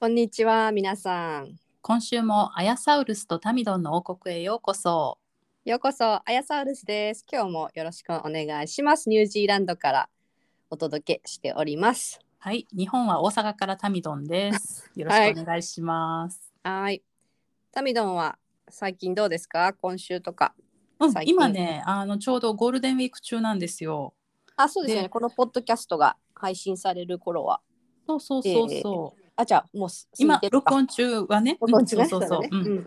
こんにちは、皆さん。今週もアヤサウルスとタミドンの王国へようこそようこそ、あやサウルスです。今日もよろしくお願いします。ニュージーランドからお届けしております。はい日本は大阪からタミドンです よろしくお願いします、はい。タミドンは最近どうですか今週とか。うん最、近今ねあのちょうどゴールデンウィーク中なんですよ。あ、そうですよね。ねこのポッドキャストが配信される頃は。そうそうそうそう。あ、じゃあもうす今過ぎてるか録音中はね。録音中うでんすそうかそうらそう。ね。うん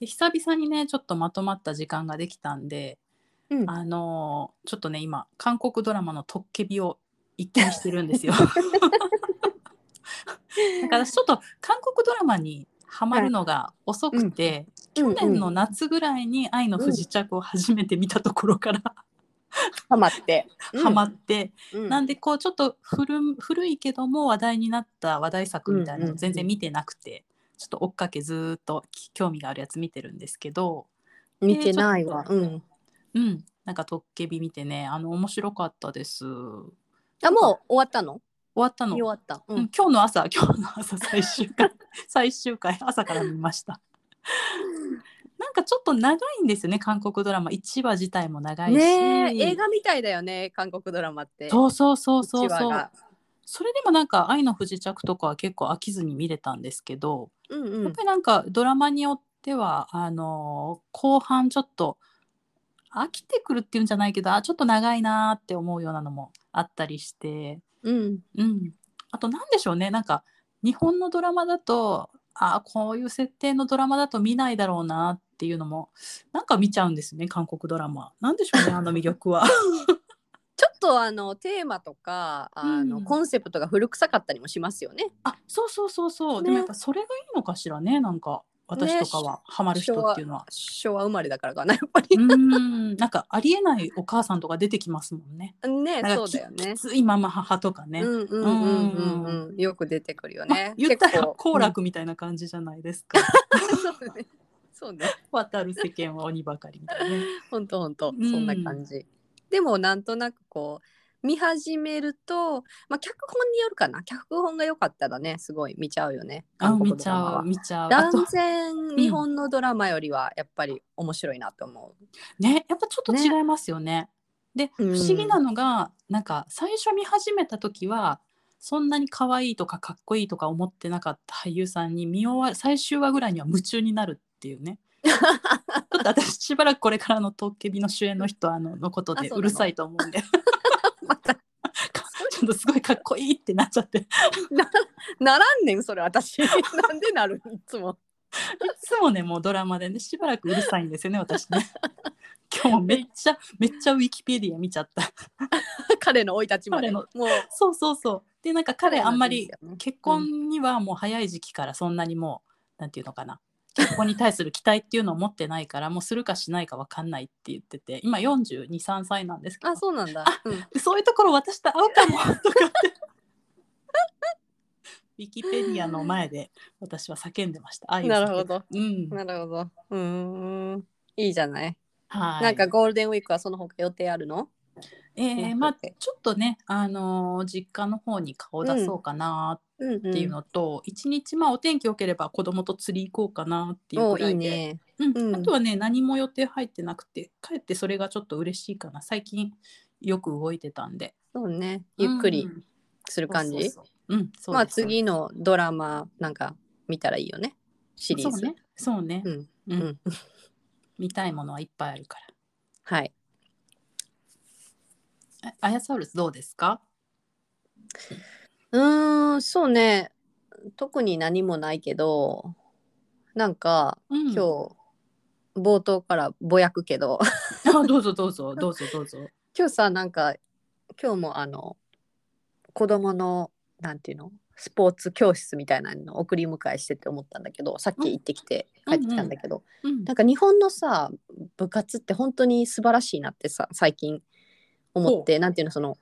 で久々にねちょっとまとまった時間ができたんで、うんあのーちょっとね今韓国ドラマのトッケビを一気にしてるんです よ。だからちょっと韓国ドラマにハマるのが遅くて、うん。去年のうん夏ぐらいに「愛の不時着」を初めて見たところからハマって。ハマって、うんなんでこうちょっと古古いけども話題になった話題作みたいなうんうんうのん全然見てなくて、ちょっと追っかけずーっとき興味があるやつ見てるんですけど、見てないわ。ちょっとうん。うん、なんかトッケビ見てねあの面白かったです。終あ、もう終わったのわったの、見終わった。ううんん、今日の朝 今日の朝最終回 最終回朝から見ま した。なんかちょっと長いんですよね韓国ドラマ1話自体も長いし、ねえ映画みたいだよね、韓国ドラマって。そうそうそうそう一話そうが。それでもなんか「愛の不時着」とかは結構飽きずに見れたんですけど、うんうやっんぱ。りなんかドラマによってはあのー後半ちょっと飽きてくるっていうんじゃないけどあちょっと長いなーって思うようなのもあったりして、うん。うん、あと何でしょうねなんか日本のドラマだとあこういう設定のドラマだと見ないだろうなっていうのもなんか見ちゃうんですね韓国ドラマ。なんでしょうねあの魅力 は。ちょっとあのテーマとかあの、うんコンセプトが古臭かったりもしますよね。あそうそうそうそう、ねでもやっぱそれがいいのかしらねなんか私とかはハマる人っていうのは。昭和生まれだからかなやっ ぱうーんなんかありえないお母さんとか出てきますもんね。り。ねなんかそうきだよき。ねついママ母とかうね。んうんうんううんんうんよく出てくるよまね。言った結ら構好楽みたいな感じじゃないですか。うん そうね。そうね。 渡る世間は鬼ばかりみたいなね。本当本当うんそんな感じ。でもなんとなくこう見始めると、まあ脚本によるかな。脚本が良かったらねすごい見ちゃうよね。あ韓国見ドちラマゃはう見ちゃう。あ断と然日本のドラマよりはやっぱり面白いなと思う。ねやっぱちょっと違いますよね。で不うん思議なのが、なんか最初見始めた時はそんなに可愛いとかかっこいいとか思ってなかった俳優さんに見終わ最終話ぐらいには夢中になるっていう ね。ちょっと私しばらくこれからの「トッケビ」の主演の人あののことあでそうなのうるさいと思うんでちまたょっとすごいかっこいいってなっちゃっていならんねんそれ私 なんでなるいつも つもねもうドラマでねしばらくうるさいんですよね私 ね。今日めっちゃめっちゃウィキペディア見ちゃった。彼の生い立ちまで彼ものうそうそうそう。でなんか彼あんまり彼の人生だね結婚にはもう早い時期からそんなにもう、なんていうのかな結婚に対する期待っていうのを持ってないからもうするかしないか分かんないって言ってて今423歳なんですけどあそうなんだ、うんそういうところ私と合うかもとかってウィキペディアの前で私は叫んでました。愛を叫ぶなるほど。うん、なるほどうーんいいじゃない、はいなんかゴールデンウィークはその他予定あるのえーまあちょっとね、あのー実家の方に顔出そうかなうん、うん、っていうのと、一日まあお天気良ければ子供と釣り行こうかなっていうおぐらいいいでねうんうんあとはね何も予定入ってなくてかえってそれがちょっと嬉しいかな最近よく動いてたんでそうねゆっくりうんする感じ、そうそうそううんそうまあですそうです次のドラマなんか見たらいいよねシリーそうズねそうね、うんうんうん見たいものはいっぱいあるかはいらあアヤサウルスどうですかうーんそうね特に何もないけどなんかうん今日冒頭からぼやくけ ど あどうぞどうぞどうぞどうぞ今日さなんか今日もあの子供のなんていうのスポーツ教室みたいなのを送り迎えしてて思ったんだけどさっき行ってきてうん帰ってきたんだけど、 うんなんか日本のさ部活って本当に素晴らしいなってさ最近思ってなんていうのその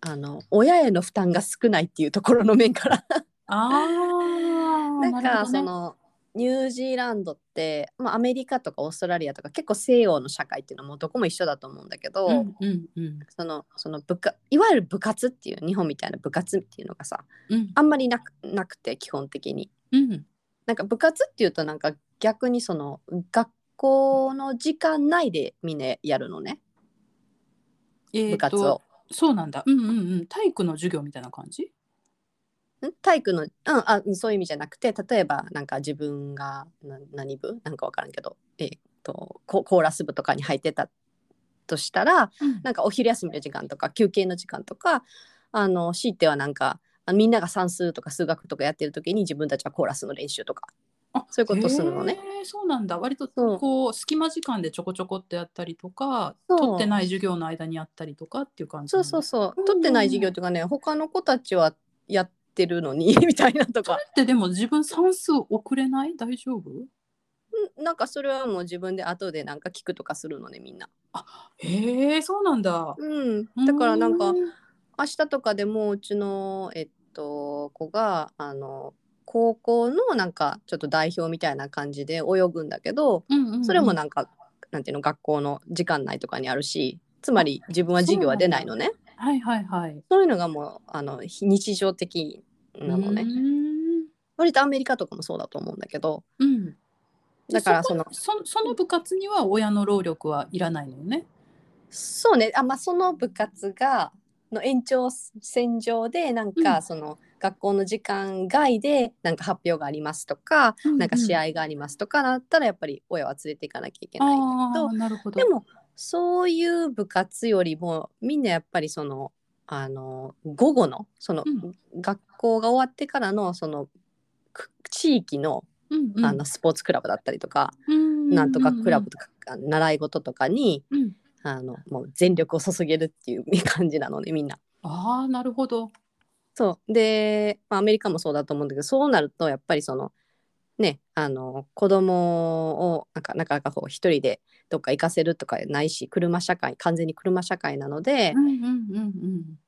あの親への負担が少ないっていうところの面からあなーんるほかどそねのニュージーランドって、まあ、アメリカとかオーストラリアとか結構西洋の社会っていうのはもうどこも一緒だと思うんだけど、うんうんうんそのその部下いわゆる部活っていう日本みたいな部活っていうのがさうんあんまりなくなくて基本的に。うんなんか部活っていうとなんか逆にその学校の時間内でみんなやるのねえーと部活を。そうなんだうんうんうん体育の授業みたいな感じん体育の、うん、あそういう意味じゃなくて例えばなんか自分がな何部なんか分からんけど、えーっとココーラス部とかに入ってたとしたらなんかお昼休みの時間とか休憩の時間とかあの強いてはなんかあみんなが算数とか数学とかやってる時に自分たちはコーラスの練習とかあそういうことするのね。へーそうなんだ割とそうこう隙間時間でちょこちょこってやったりとかそう取ってない授業の間にやったりとかっていう感じそうそうそそう、うん取ってない授業とかね他の子たちはやってるのに みたいなとかうででも自分算数遅れない大丈夫んなんかそれはもう自分で後でなんか聞くとかするのねみんな。へえそうなんだうん、だからなんかう明日とかでもうちの、えっと、子があの高校のなんかちょっと代表みたいな感じで泳ぐんだけどうんうんうんそれもなんか、なんていうの学校の時間内とかにあるしつまり自分は授業は出ないのねはいはいはいそういうのがもうあの非日常的なのね、うーん割とアメリカとかもそうだと思うんだけどうんだからそのこそその部活には親の労力はいらないのよねそうねあ、まあ、その部活がの延長線上でなんうかんその学校の時間外でなんか発表がありますとか、なんか試合がありますとかなったらやっぱり親は連れていかなきゃいけないんだああーなるほけどどでもそういう部活よりもみんなやっぱりそのあの午後のその、うん学校が終わってからのそのく地域のうんうんあのスポーツクラブだったりとか、うんなんとかクラブとか、あの習い事とかにうんうんあのもう全力を注げるっていう 感じなのねみんな。ああなるほどそうで、まあ、アメリカもそうだと思うんだけどそうなるとやっぱりそのねあの子供をなんかなかなかこう一人でどっか行かせるとかないし車社会完全に車社会なのでう、んうんうん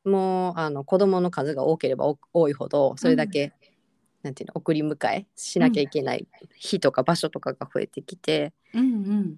うんもうあの子供の数が多ければ多多いほどそれだけ、なんていうの送り迎えしなきゃいけない日とか場所とかが増えてきて、うんうん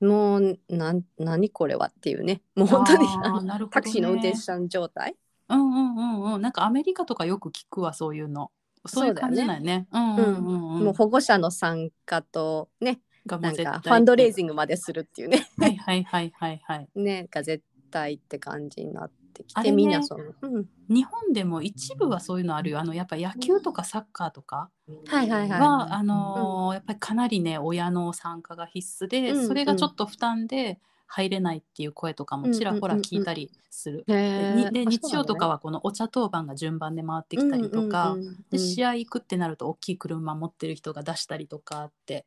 もうなん何これはっていうねもう本当にあーあのなるほどねタクシーの運転手さん状態うんうんうんうんなんかアメリカとかよく聞くわそういうのそういそううだよ感ねじないねうんうんうんうんもう保護者の参加とねがもなうん絶対かファンドレイジングまでするっていうね はいはいはいはいはいねが絶対って感じになってきあれて、ねみんなその、うん、日本でも一部はそういうのあるよあのやっぱ野球とかサッカーとかはいはいは、はあのーやっぱりかなりね親の参加が必須で、うんそれがちょっと負担で入れないっていう声とかもちらほら聞いたりする。い。へでーにであ日曜とかははこのお茶当番が順番で回ってきたりとか、で試合合行くってなると大きい車持ってる人が出したりとかって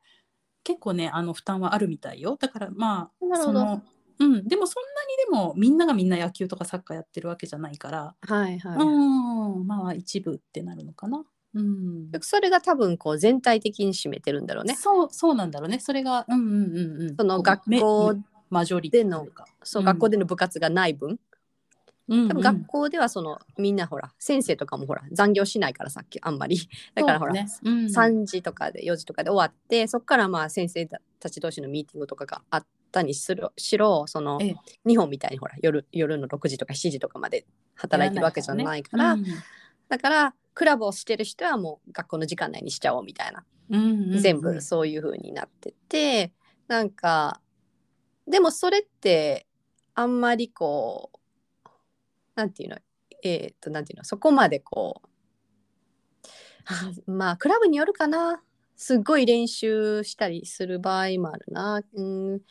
結構ねあの負担はあるみたいよだからまあなるそほどの、うん、でもそんなにでもみんながみんな野球とかサッカーやってるわけじゃないから、はいはい。うんまあ一部ってなるのかな。うんそれが多分こう全体的に占めてるんだろうね。そうそうなんだろうねそれがうんうんうんうんその学校めマジョリティというかそううん学校での部活がない分、うんうん多分学校ではそのみんなほら先生とかもほら残業しないからさっきあんまりだからほら、そうねうん3時とかで4時とかで終わってそこからまあ先生たち同士のミーティングとかがあったにしろしろそのええ日本みたいにほら夜夜の6時とか7時とかまで働いてるわけじゃないからうんだからクラブをしてる人はもう学校の時間内にしちゃおうみたいな、うんうんうん全部そういう風になっててなんかでもそれってあんまりこうなんていうのえっ、となんていうのそこまでこうあまあクラブによるかなすっごい練習したりする場合もあるな、うん、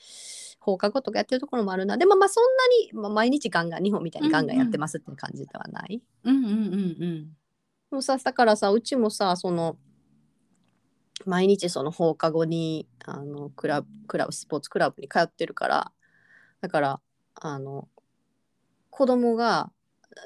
放課後とかやってるところもあるなでもまあそんなに、まあ、毎日ガンガン日本みたいにガンガンやってますっていう感じではない。うんうんうんうんもうさだからさうちもさその毎日その放課後にあのクラブクラブスポーツクラブに通ってるからだからあの子供が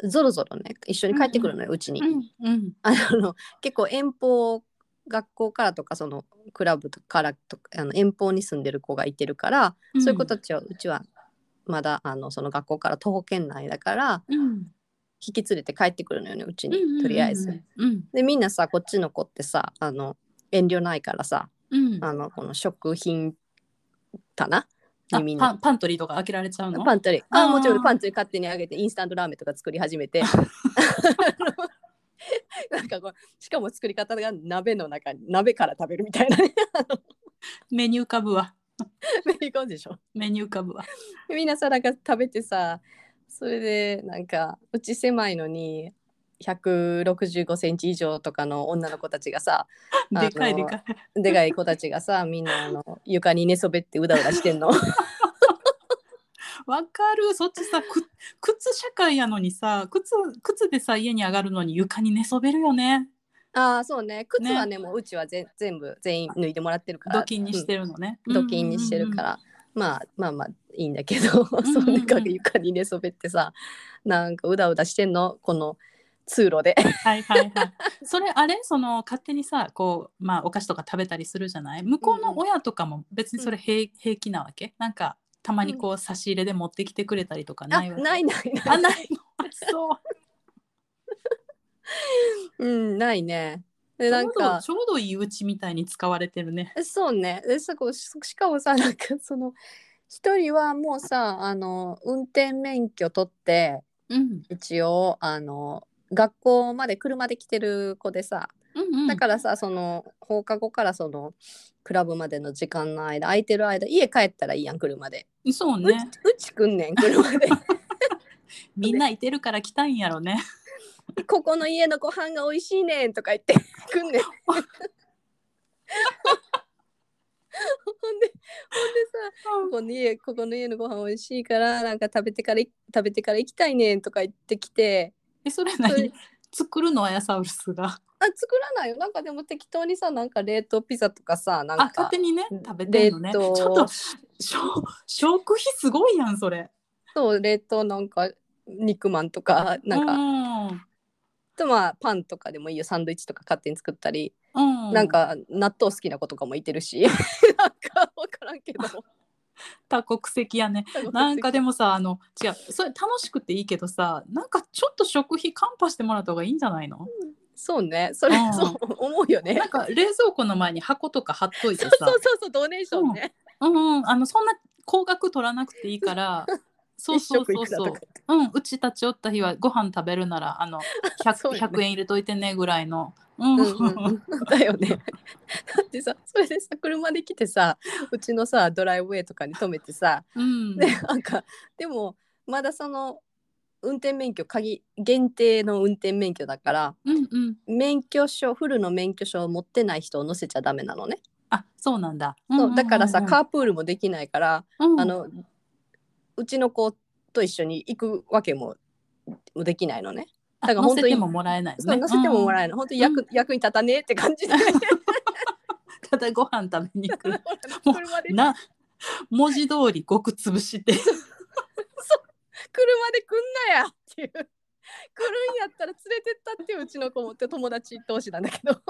ぞろぞろね一緒に帰ってくるのようち、に、うんうんあの結構遠方学校からとかそのクラブからとかあの遠方に住んでる子がいてるから、うんそういう子たちはうちはまだあのその学校から徒歩圏内だからうん引き連れて帰ってくるのよねうちうんうんうんにとりあえず。うんでみんなさこっちの子ってさあの遠慮ないからさうんあのこの食品棚あにみんパなンパントリーとか開けられちゃうのパントリーああーもちろんパントリー勝手にあげてインスタントラーメンとか作り始めて なんかこうしかも作り方が鍋の中に鍋から食べるみたいなね メニューかぶわめり込んでしょメニューかぶわみんなさなんか食べてさそれでなんかうち狭いのに165センチ以上とかの女の子たちがさのでかいでかいでかい子たちがさみんなあの床に寝そべってうだうだしてんのわかるそっちさく靴社会やのにさ靴靴でさ家に上がるのに床に寝そべるよね ああそうね靴はねもううちはぜ全部全員脱いでもらってるからドキンにしてるのね、、ドキンにしてるからら、まあまあまあいいんだけど、んうんうんその中で床に寝そべってさなんかうだうだしてんのこの通路ではいはいはいそれあれその勝手にさこうまあお菓子とか食べたりするじゃない向こううんのうん親とかも別にそれ平,、平気なわけなんかたまにこう差し入れで持ってきてくれたりとかあなないいわけないないあないの そううんないねでちなょんうどかちょうどいいうちみたいに使われてるねそうねでそこししかもさなんかその一人はもうさあの運転免許取ってうん一応あの学校まで車で来てる子でさうんうんだからさその放課後からそのクラブまでの時間の間空いてる間家帰ったらいいやん車でそううちねうちくんねん車で みんないてるから来たいんやろねここの家のご飯が美味しいねんとか言って くんねんほんでほんでさここの家ここの家のご飯美味しいからなんか食べてからい食べてから行きたいねんとか言ってきてえそれそれ何作るのアヤサウルスがあ作らないよなんかでも適当にさなんか冷凍ピザとかさなんあか勝手にね食べてるのねち冷ょ凍っとしょ食費すごいやんそれそう冷凍なんか肉まんとかなんか、かとまあパンとかでもいいよサンドイッチとか勝手に作ったり、うん、なんか納豆好きな子とかもいてる しなんか分からんけど多国籍やね なんかでもさあの違うそれ楽しくていいけどさなんかちょっと食費カンパしてもらった方がいいんじゃないのそうねそれうんそう思うよねなんか冷蔵庫の前に箱とか貼っといてそさうそうそうそうドネーションね、うんうんあのそんな高額取らなくていいから そうそうそう一食いくらそとうかうんうち立ち寄った日はご飯食べるならあのそ 100, うよね100円入れといてねぐらいのうんうんうんうんだよねだってさそれでさ車で来てさうちのさドライブウェイとかに止めてさうんでなんかでもまだその運転免許鍵限定の運転免許だからうんうん免許証フルの免許証を持ってない人を乗せちゃダメなのね、あそうなんだそうだからさカかープールもできないから、あのうちの子と一緒に行くわけももできないのねだから乗本せ当にてももらえないそう乗せてももえらえない、本当に役,、役に立たねえって感じでただご飯食べに行くもう車で車でな文字通りごくつぶして来んなやっていう来るんやったら連れてったっていううちの子もって友達同士なんだけど、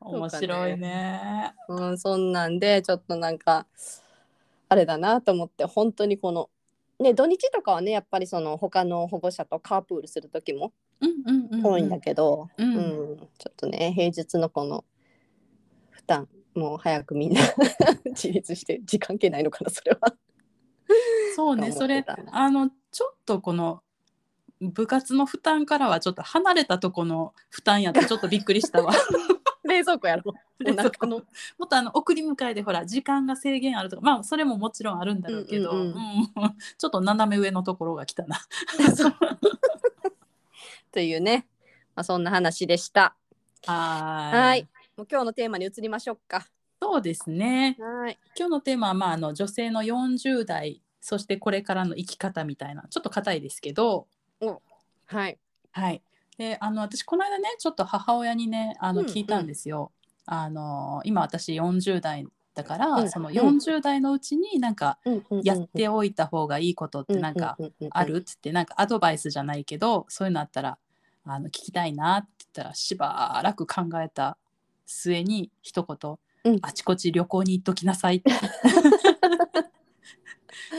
面白いねうん、そんなんでちょっとなんかあれだなと思って本当にこの。ね、土日とかはねやっぱりその他の保護者とカープールする時もうんうんうんうん多いんだけど、うんうん、ちょっとね平日のこの負担もう早くみんな 自立して時間けないのかなそれは。そうねと思そっれてたなあのちょっとこの部活の負担からはちょっと離れたとこの負担 やってちょっとびっくりしたわ冷蔵庫やろう。お腹のもっとあの送り迎えでほら時間が制限あるとかまあそれももちろんあるんだろうけど、うんうんううんんちょっと斜め上のところが来た なというね、まあ、そんな話でした。はーいはい。もう今日のテーマに移りましょうか。そうですねはい。今日のテーマは、まあ、あの女性の40代そしてこれからの生き方みたいなちょっと硬いですけど、はい。はい、であの私この間ねちょっと母親にねあうのんうん聞いたんですよ。あの今私40代ったから、うんそのうん40代のうちになんかうんうんうんやっておいた方がいいことってなんかううううんあるっつってなんかアドバイスじゃないけどそういうのあったらあの聞きたいなって言ったらしばらく考えた末に一言、うんあちこち旅行に行っときなさい」っ て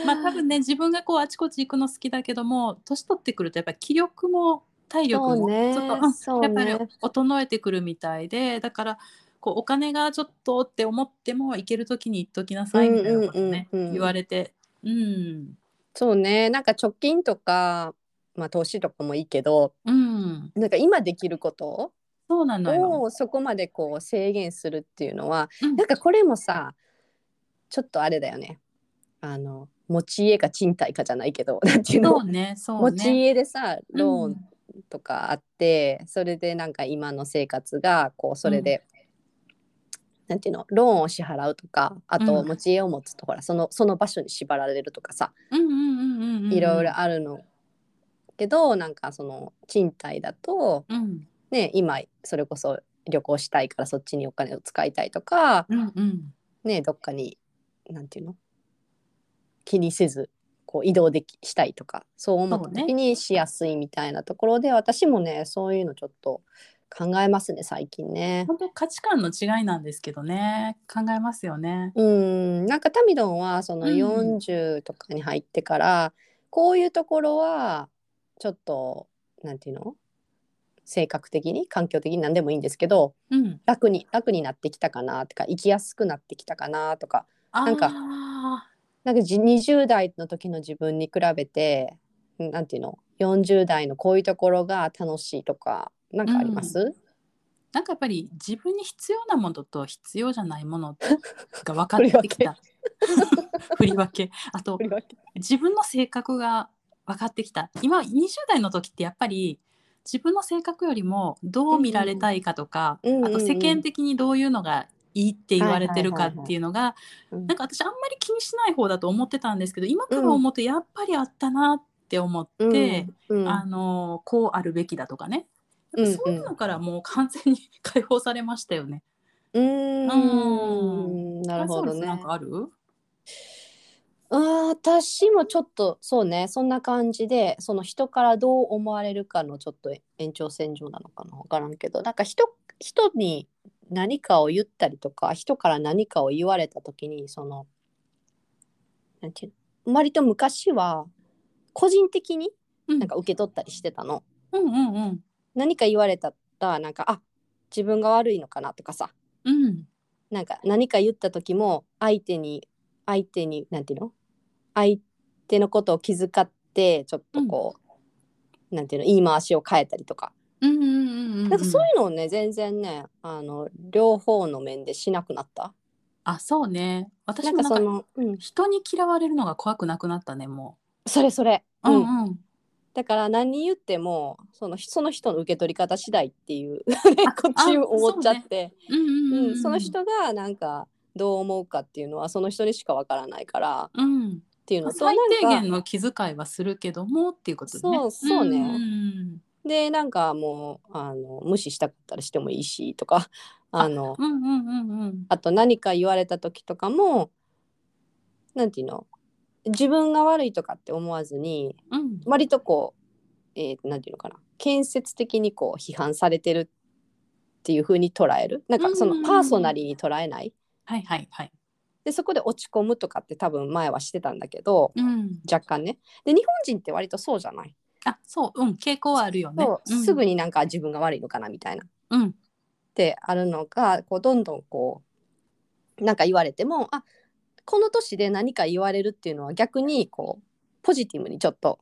まあ多分ね自分がこうあちこち行くの好きだけども年取ってくるとやっぱり気力も体力そうもねちょっとうんそうやっぱりね衰えてくるみたいでだからこうお金がちょっとって思っても行ける時に行っときなさいみたいなことね、うんうんうんうん言われてうんそうねなんか貯金とかまあ投資とかもいいけどうんなんか今できることそうなのよ。をそこまでこう制限するっていうのはうんなんかこれもさちょっとあれだよねあの持ち家か賃貸かじゃないけど なんていうそのうねそう持ね。ち家でさローうンんとかあって、それでなんか今の生活がこうそれで、なんていうのローンを支払うとかあとうん持ち家を持つとほらそのその場所に縛られるとかさうんうんうんうんうんいろいろあるの、けどなんかその賃貸だと、うんね、今それこそ旅行したいからそっちにお金を使いたいとか、うんうんね、どっかになんていうの気にせずこう移動できしたいとかそう思ったそうね時にしやすいみたいなところで、私もねそういうのちょっと考えますね最近ね。本当価値観の違いなんですけどね考えますよね。うんなんかタミドンはそのうん40とかに入ってから、こういうところはちょっとなんていうの性格的に環境的に何でもいいんですけどうん、楽に楽になってきたかなとか生きやすくなってきたかなとかななんかなんかじ20代の時の自分に比べてんなんていうの40代のこういうところが楽しいとかなんかあります、なんかやっぱり自分に必要なものと必要じゃないものが分かってき た 振り分けあとこれは自分の性格が分かってきた今20代の時ってやっぱり自分の性格よりもどう見られたいかとか、うんうんうんあと世間的にどういうのがいいって言われてるかっていうのが、うんなんか私あんまり気にしない方だと思ってたんですけど今から思うとやっぱりあったなって思って、うんあのこうあるべきだとかねうんうんそういうのからもう完全に 解放されましたよね。うーうんんなるほどライスボールスなんねかあるあー私もちょっとそうねそんな感じでその人からどう思われるかのちょっと延長線上なのかな分からんけどなんか人人に何かを言ったりとか人から何かを言われた時にそのなんていうの割と昔は個人的にうんなんか受け取ったりしてたの、うんうんうん何か言われたらなんかあ自分が悪いのかなとかさうんなんか何か言った時も相手に相手になんていうの相手のことを気遣ってちょっとこう、なんていうの言い回しを変えたりとか、うんうんうんうんうんなんかそういうのをね全然ねあの両方の面でしなくなったあそうね私なんもかなんそかの、うん、人に嫌われるのが怖くなくなったねもそれそれ、う。うんんうんだから何言ってもそのその人の受け取り方次第っていうあ こっちを思っちゃって、うんうんうんううんん、その人がなんかどう思うかっていうのはその人にしかわからないからっうんていうのと最低なんか限の気遣いはするけどもっていうことね。そうそうねんんでなんかもうあの無視したかったらしてもいいしとかあのうんうんうんうん。あと何か言われた時とかもなんていうの自分が悪いとかって思わずにうん割とこう、えー、なんていうのかな建設的にこう批判されてるっていう風に捉えるなんかそうんうんうんのパーソナリーに捉えないはいはいはい。でそこで落ち込むとかって多分前はしてたんだけどうん。若干ねで日本人って割とそうじゃない、あそううん傾向はあるよね。そううんすぐになんか自分が悪いのかなみたいなうんってあるのがこうどんどんこうなんか言われてもあこの年で何か言われるっていうのは逆にこうポジティブにちょっと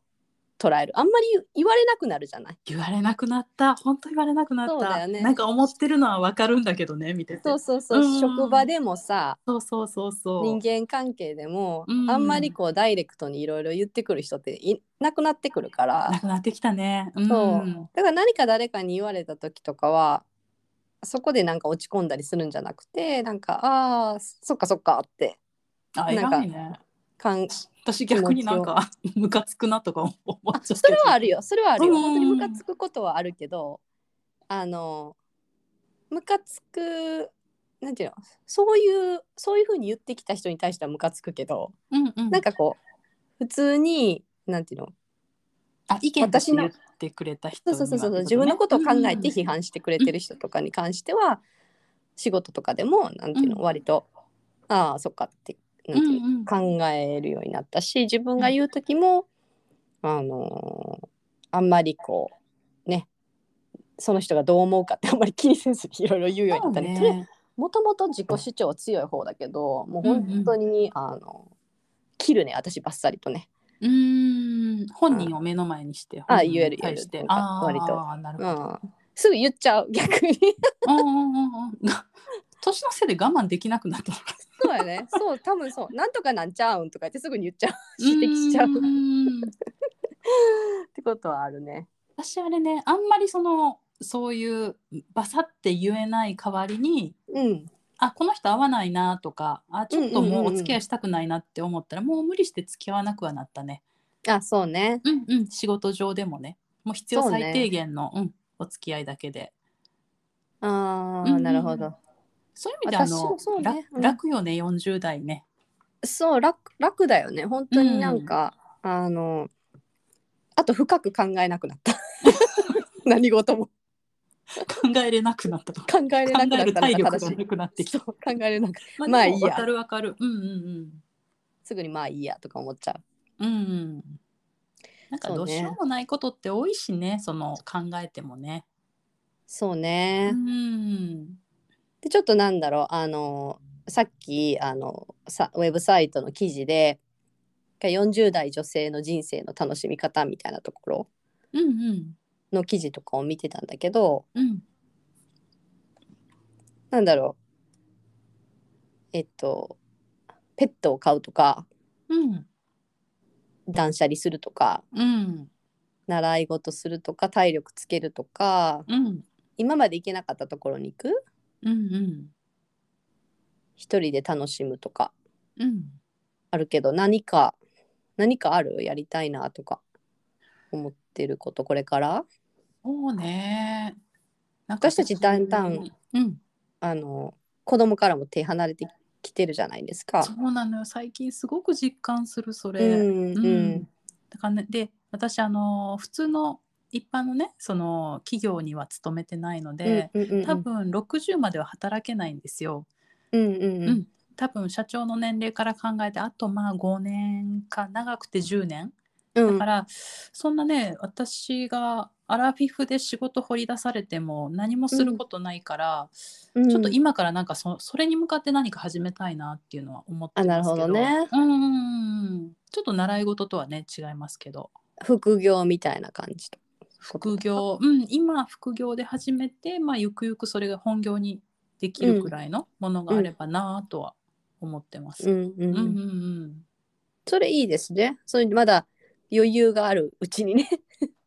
捉えるあんまり言われなくなるじゃない。言われなくなった本当言われなくなった。そうだよねなんか思ってるのはわかるんだけどねみたいな。そうそうそう、うん職場でもさそうそうそうそう。人間関係でも、うんあんまりこうダイレクトにいろいろ言ってくる人っていなくなってく るからなくなってきたね。うん。そうだから何か誰かに言われた時とかはそこでなんか落ち込んだりするんじゃなくてなんかあーそっかそっかってあなんか偉いね。かん私逆になんかムカつくなとか思っちゃってそれはあるよそれはあるよ、うん本当にムカつくことはあるけどあのムカつくなんていうのそういうそういうふうに言ってきた人に対してはムカつくけど、うんうん、なんかこう普通になんていうのあ意見として私言のってくれた人そにうはそうそうそう、ってことね自分のことを考えて批判してくれてる人とかに関しては、仕事とかでもなんていううのん割と、ああそっかってなんうてんいううんうんうん考えるようになったし自分が言う時も、あのーあんまりこうねその人がどう思うかってあ んまり気にせずにいろいろ言うようになったね。とりあえずねもともと自己主張強い方だけどもう本当に、あの切るね私ばっさりとね。うーん本人を目の前にしてあ本人に言える言対えるしてなんかあー割となるほうど、ん、すぐ言っちゃう 逆にうんうんうんうん年のせいで我慢できなくなったのかそうやねそう多分そうなんとかなんちゃうんとか言ってすぐに言っちゃう 指摘しちゃうーんってことはあるね私あれねあんまりそのそういうバサって言えない代わりにうんあこの人合わないなとかあちょっともうお付き合いしたくないなって思ったら、もう無理して付き合わなくはなったね、あそうねうんうん、仕事上でもねもう必要そうね最低限のう、ん、お付き合いだけであうんーうんなるほどそういう意味であ私のも、そうね楽うん楽よね40代ねそう楽楽だよね本当になんか、あのあと深く考えなくなった 何事も考えれなくなったとか考えれなく考なえっるたの体力が正がしいなくなってきそたう考えれなくまあ、まあでもいいやわかるわかるうんうんすぐにまあいいやとか思っちゃううんうんなんかそうねどうしようもないことって多いしねその考えてもねそううね、んでちょっとなんだろうあのさっきあのさウェブサイトの記事で40代女性の人生の楽しみ方みたいなところうんうんの記事とかを見てたんだけどうんなんだろうえっとペットを飼うとかうん断捨離するとかうん習い事するとか体力つけるとかうん今まで行けなかったところに行くうん一人で楽しむとかうんあるけど何か何かあるやりたいなとか思ってることこれからそうねなん私たちだんだん、うん、あの子供からも手離れてきてるじゃないですかそ。うなのよ最近すごく実感するそれ、うんううんんだからね、で私あの普通の一般のねその企業には勤めてないので、うんうん多分60までは働けないんですよ。うんうんうん多分社長の年齢から考えてあとまあ5年か長くて10年うだんから、そんなね私がアラフィフで仕事掘り出されても何もすることないから、うんちょっと今からなんかそそれに向かって何か始めたいなっていうのは思ってますけどあなるほどねうんうんうんうんちょっと習い事とはね違いますけど副業みたいな感じと副業、うん、今副業で始めて、まあ、ゆくゆくそれが本業にできるくらいのものがあればなぁとは思ってまうす。んうんうんううんんうんそれいいですねそれまだ余裕があるうちにね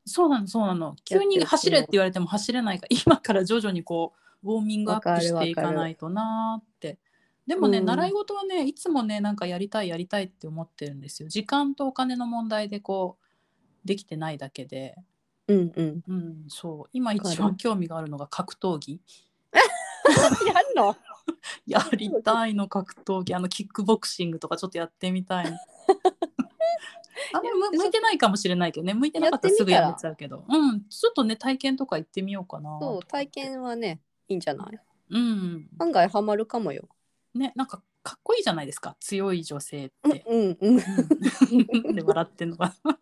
そうなのそうなのやっ急てるに走れって言われても走れないから 今から徐々にこうウォーミングアップしていかないとなーってでもね、うん習い事はねいつもねなんかやりたいやりたいって思ってるんですよ時間とお金の問題でこうできてないだけで、 うんうんうん、そう今かる一番興味があるのが格闘技やるのやりたいの格闘技あのキックボクシングとかちょっとやってみたいあんま向向いてないかもしれないけどね向いてなかったらすぐやめちゃうけどうんちょっとね体験とか行ってみようかなそう体験はねいいんじゃないうん、案外ハマるかもよねなんかかっこいいじゃないですか強い女性って。うんうん うん で笑ってんのかな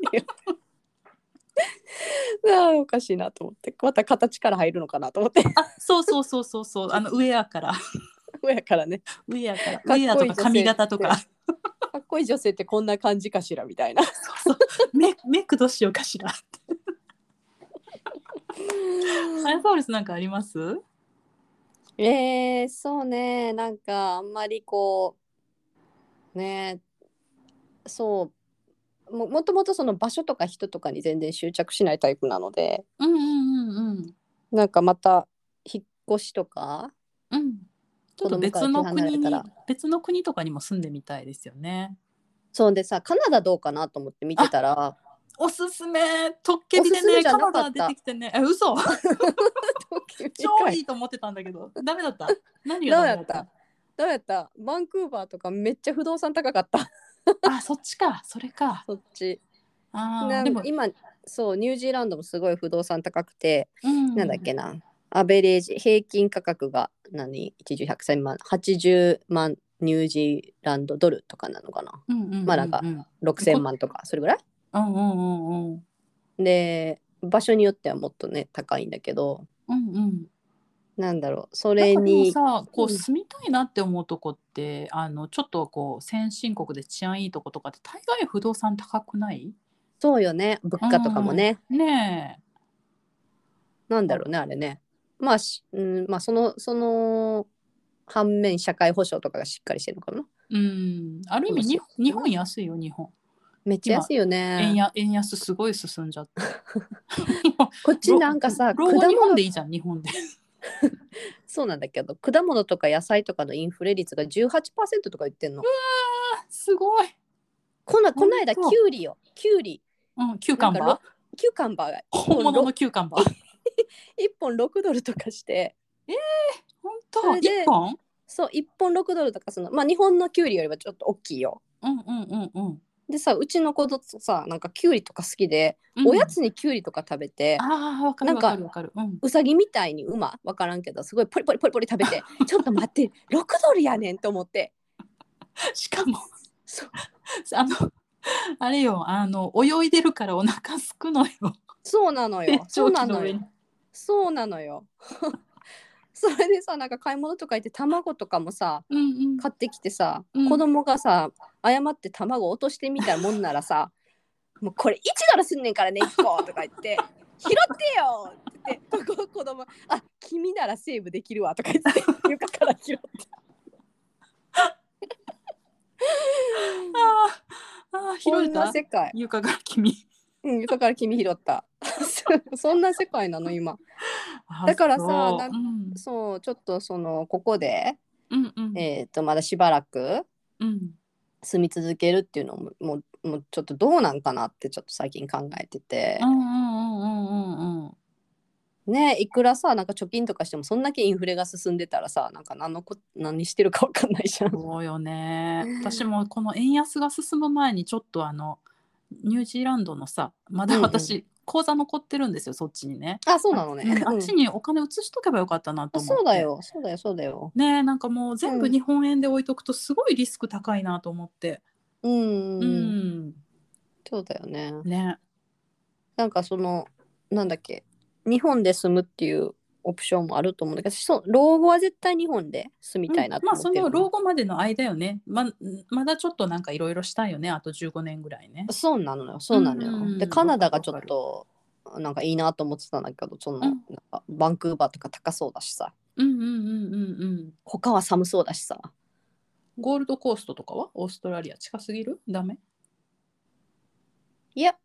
あーおかしいなと思ってまた形から入るのかなと思って あそうそうそうそうそうあのウェアから親からねウェアからこいいウェアとか髪型と女か 性かっこいい女性ってこんな感じかしらみたい なそうそうメメイクどうしようかしらってアンファウルスなんかありますうんえー、そうねなんかあんまりこうねそうももともとその場所とか人とかに全然執着しないタイプなのでうんうんうんなんかまた引っ越しとかうんちょっと子別供のから手離国れたにら別の国とかにも住んでみたいですよねそうでさカナダどうかなと思って見てたらおすすめ特権おですすすめねじゃカなかナった ダ出てきてねえ嘘特超短いいいと思ってたんだけどダメだ った何どがうダやメっだったたどうやったバンクーバーとかめっちゃ不動産高かった あそっちかそれかそっちあなーんでも、今そうニュージーランドもすごい不動産高くて、うんなんだっけなアベレージ平均価格が何1 1 0 0万80万ニュージーランドドルとかなのかなうんうんうんうんまあなんか6000万とかそれぐらいうんうんうんうんで場所によってはもっとね高いんだけどうんうんなんだろうそなれんかでもにさこううん住みたいなって思うとこって、あのちょっとこう先進国で治安いいとことかって大概不動産高くないそうよね物価とかもね、ねえなんだろうねあれねまあ、しうん、まあそのその反面社会保障とかがしっかりしてるのかなうんある意味そうにそう日本安いよ日本、めっちゃ安いよ円ねや円安すごい進んじゃってこっちなんかさ老果後日本物でいいじゃん日本 でそうなんだけど果物とか野菜とかのインフレ率が18%とか言ってんのすごい、こなこないだキほんとュウリよキュウリうん、キューカンなんバーかキュウカンバーが本物のキューカンバ ー1本6ドルとかして本そ当れ一で本そう1本6ドルとかそのまあ日本のキュウリよりはちょっと大きいようんうんうんうんでさうちの子とさなんかキュウリとか好きで、うんおやつにキュウリとか食べてああわかなるわんかかるわかるうんうさぎみたいに馬わからんけどすごいポリポリポリポリ食 べてちょっと待って6ドルやねんと思ってしかも そうあの、あれよ、あの、泳いでるからお腹すくのよ。そうなのよそ長期うなのの上によ。そうなのよ それでさなんか買い物とか行って卵とかもさうんうん。買ってきてさ、うん子供がさ誤って卵落としてみたもんならさ「もうこれ1ドルすんねんからね1個」とか 言って「拾ってよ!」って言って子供「あ君ならセーブできるわ」とか 言って床から拾ってあーあー、こ拾えんなた。世界、床が君。うん、床から君拾った そそんな世界なの今あだからさそうなんうん、そうちょっとそのここで、うんうん、えー、とまだしばらくうん。住み続けるっていうのももうもうちょっとどうなんかなってちょっと最近考えてて。うんうんうんうんうんうん。ねいくらさなんか貯金とかしてもそんだけインフレが進んでたらさなんか何のこ何してるかわかんないじゃん。そうよね。私もこの円安が進む前にちょっとあの、ニュージーランドのさ、まだ私、口座残ってるんですよ、そっちにね。あそうなのね。うんあっちうんにお金移しとけばよかったなとあ思って。そうだよそうだよそうだよ。ねえなんかもう全部うん日本円で置いとくとすごいリスク高いなと思って。うん、、うんん。そうだよね。ね。なんかそのなんだっけ日本で住むっていうオプションもあると思うんだけどそう老後は絶対日本で住みたいなとまあ思ってそのる、老後までの間よね。ままだちょっとなんかいろいろしたいよね。あと15年ぐらいね。そうなのよそうなのよ。うんでカナダがちょっとなんかいいなと思ってたんだけどその、んなんかバンクーバーとか高そうだしさうんうんうんうんうん。他は寒そうだしさ。ゴールドコーストとかはオーストラリア近すぎるダメいや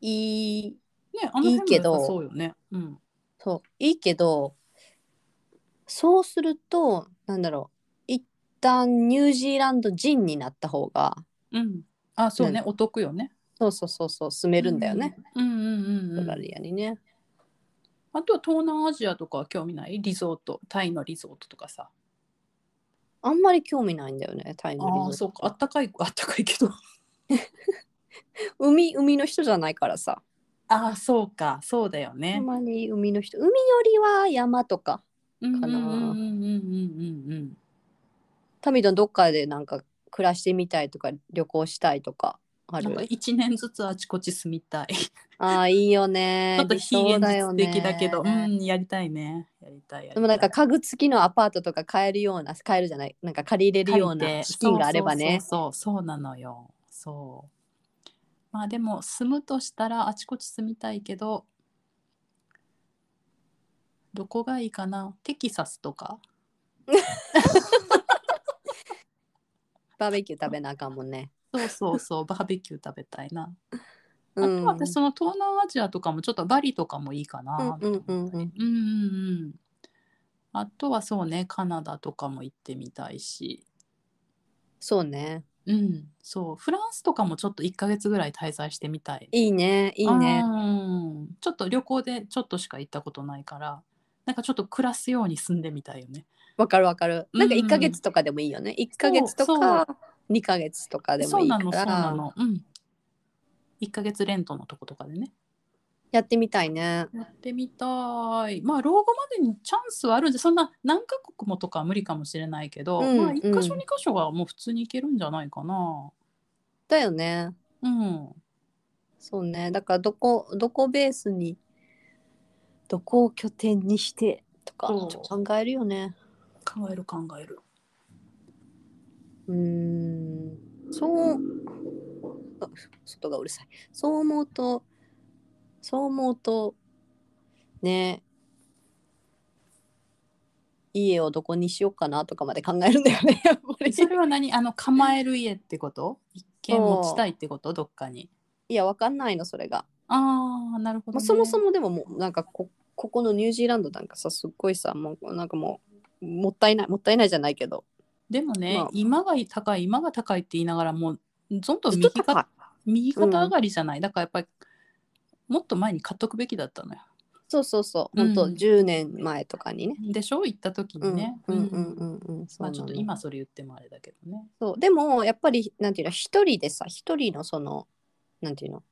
いいねあのいいけ辺ども良さそうよね。うん。そういいけどそうするとなんだろう一旦ニュージーランド人になった方がうん。あそうね、うお得よね。そうそうそうそう住めるんだよね、。うんうんうん、オーうスんトラリアにねあとは東南アジアとかは興味ないリゾートタイのリゾートとかさ。あんまり興味ないんだよねタイのリゾああートそうかあったかい あったかいけど。海海の人じゃないからさああそうかそうだよあねん。まり海の人海よりは山とかうんうんかうんなうんうんうんタミドンどっかでなんか暮らしてみたいとか旅行したいとかあうん。なんかる一年ずつあちこち住みたい。ちあーいい よねょっと非現実的だけど、理想よねうんやりたいね。やりたいやりたい。でもなんか家具付きのアパートとか買えるような買えるじゃないなんか借り入れるよう書いなて資金があればねそうそうそうそうなのよ。そう。まあでも住むとしたらあちこち住みたいけど、どこがいいかな。テキサスとか。バーベキュー食べなあかんもんね。そうそう そうバーベキュー食べたいな。あうとん、私その東南アジアとかもちょっとバリとかもいいかなとうん思っうんたうりんううんんうんうん。あとはそうね、カナダとかも行ってみたいし、そうねうん、そう、フランスとかもちょっと1ヶ月ぐらい滞在してみたい。いいねいいねうんちょっと旅行でちょっとしか行ったことないから、なんかちょっと暮らすように住んでみたいよね。わかるわかる。なんかうん1ヶ月とかでもいいよね。1ヶ月とそうか2ヶ月とかでもそいういなかのそうならの。うん。1ヶ月レントのとことかでね。やってみたいね。やってみたい。まあ老後までにチャンスはあるんでそんな何カ国もとかは無理かもしれないけど、うんまあ1箇所うん2箇所はもう普通に行けるんじゃないかな。だよね。うん。そうね。だからどこどこベースにどこを拠点にしてとかそうちょっと考えるよね。考える考える。うーん。そうあ外がうるさい。そう思うとそう思うとね家をどこにしようかなとかまで考えるんだよね。やっぱ りそれは何あの構える家って こと一軒持ちたいってことどっかに。いやわかんないのそれが。ああなるほど、まあ、ね。そもそも。もでももうなんかこここのニュージーランドなんかさすっごいさもうなんかもうもったいないもったいないじゃないけどでもね、まあ今が高い今が高いって言いながらもうどんどんず右っと肩高い右肩上がりじゃない。だからやっぱりもっと前に買っとくべきだったのよ。そうそうそうう本ん当10年前とかにね、でしょ行った時うにん、ね。うんうんうんうんそうまあなのちょっと今それ言ってもあれだけどね。そうでもやっぱりなんていうの一人でさ一人のそのなんていうの、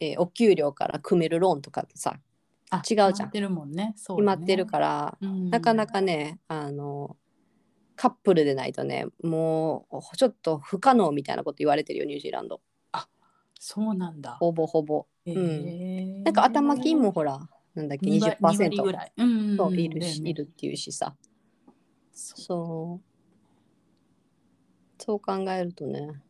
えーお給料から組めるローンとかってさあ違うじゃん決まってるもんね。そう決まってるら。から、うんなかなかねあのカップルでないとねもうちょっと不可能みたいなこと言われてるよニュージーランドそうなんだ。ほぼほぼ。へうんえなんか頭金もほら、なんだっけ、二倍二割ぐ20%らい。うんうんそううんいるだよし、ねいるっていうしさ。そうそう。そう考えるとね。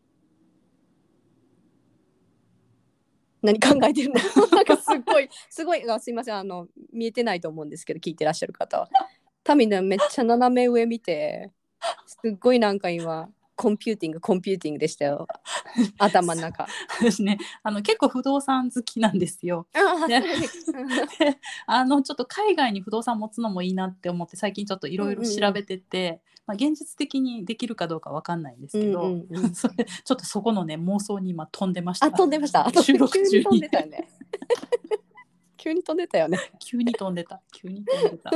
何考えてるの なんかすっごい、すごい、あすいません、あの、見えてないと思うんですけど、聞いてらっしゃる方は。タミナめっちゃ斜め上見て、すっごいなんか今、コンピューティング、コンピューティングでしたよ。頭の中。私 ね、あの結構不動産好きなんですよ。あねそうで あのちょっと海外に不動産持つのもいいなって思って最近ちょっといろいろ調べてて、まあ現実的にできるかどうかわかんないんですけど、うんうんう んそれちょっとそこのね妄想に今飛んでました。あ、飛んでました。収録中に急に飛んでた よね。急に飛んでたよね。急に飛んでた。急に飛ん でた。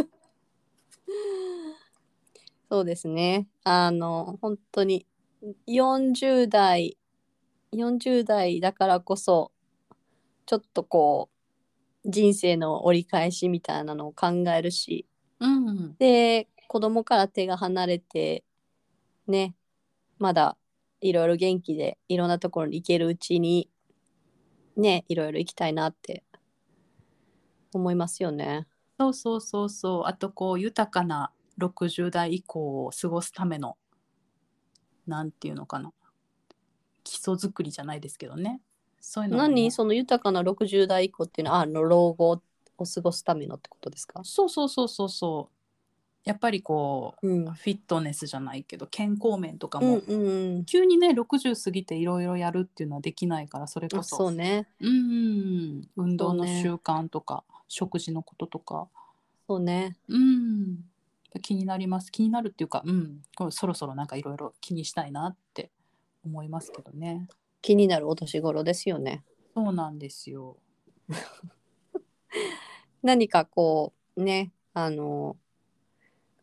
そうですね。あの、本当に40代、40代だからこそ、ちょっとこう、人生の折り返しみたいなのを考えるし、うん。で、子供から手が離れて、ね、まだいろいろ元気で、いろんなところに行けるうちに、ね、いろいろ行きたいなって思いますよね。そうそうそうそう。あとこう豊かな60代以降を過ごすためのなんていうのかな基礎作りじゃないですけどね。そういうのもね、何その豊かな60代以降っていうのはあの老後を過ごすためのってことですか、そうそうそうそうそう。やっぱりこううん、フうんィットネスじゃないけど健康面とかうも、んうん急にね60過ぎていろいろやるっていうのはできないからそれこあそそうねうん運動のそうね習慣とか、食事のこととかそうねうん気になります気になるっていうか、うん、こうそろそろなんかいろいろ気にしたいなって思いますけどね気になるお年頃ですよねそうなんですよ何かこうねあの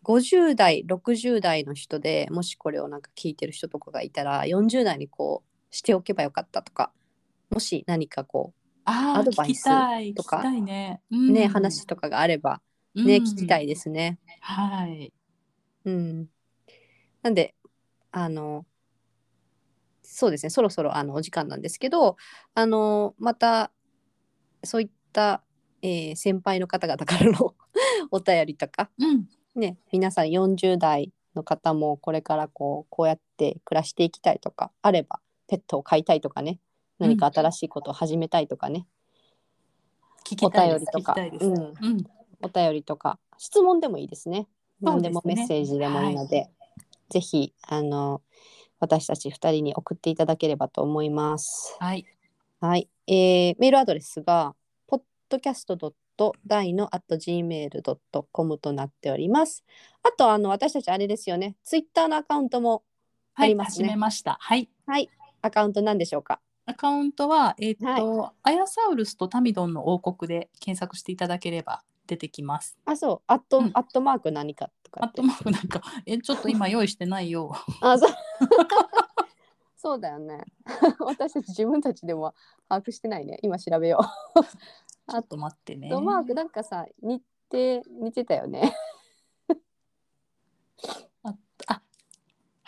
50代60代の人でもしこれをなんか聞いてる人とかがいたら40代にこうしておけばよかったとかもし何かこあアあド聞バイきスたい聞ときかたいね、ううんね、話とかがあればうんね、聞きたいですね。はいうん、なんであのそうですねそろそろあのお時間なんですけどあのまたそういった、えー先輩の方々からの お便りとか、うんね、皆さん40代の方もこれからこうこうやって暮らしていきたいとかあればペットを飼いたいとかね何か新しいことを始めたいとかね、聞きたいですお便りとか聞きたいです、うんうんお便りとか質問でもいいですね。そう何ですねでもメッセージでもいいので、ぜひあの私たち2人に送っていただければと思います。はいはい、えーメールアドレスが podcast.dai の gmail.com となっております。あとあの私たちあれですよね、ツイッターのアカウントもはありい、ます始ねめました。はい。アカウントなんでしょうか。アカウントは、えっ、と、アヤサウルスとタミドンの王国で検索していただければ出てき ます。あ、そう。アット、うんアットマーク何かとかあっってと。まくなんか、 え、ちょっと今用意してないよ。 あ、そう。 そうだよね。 私たち自分たちでも把握してないね。今調べよう。ちょっと待ってね。アットマークなんかさ、似て、似てたよね。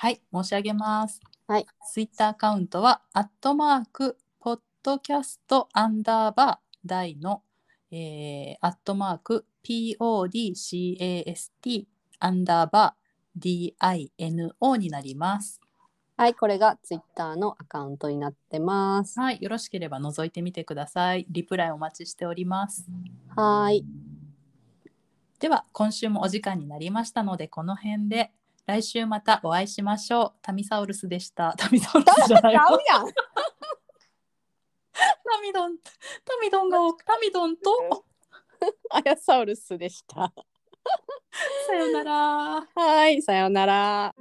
はい、申し上げます。はい。ツイッターアカウントは、アットマーク、ポッドキャストアンダーバー、大の、えー、アットマーク、PODCAST、アンダーバー、DINO になります。はい、これがツイッターのアカウントになってます。はい、よろしければ覗いてみてください。リプライお待ちしております。はーい。では、今週もお時間になりましたので、この辺で、来週またお会いしましょう。タミサウルスでした。 タミサウルスじゃないちわゃうやん。タミドン、タミドンが、タミドンと、 アヤサウルスでした。さよなら。はい、さようなら。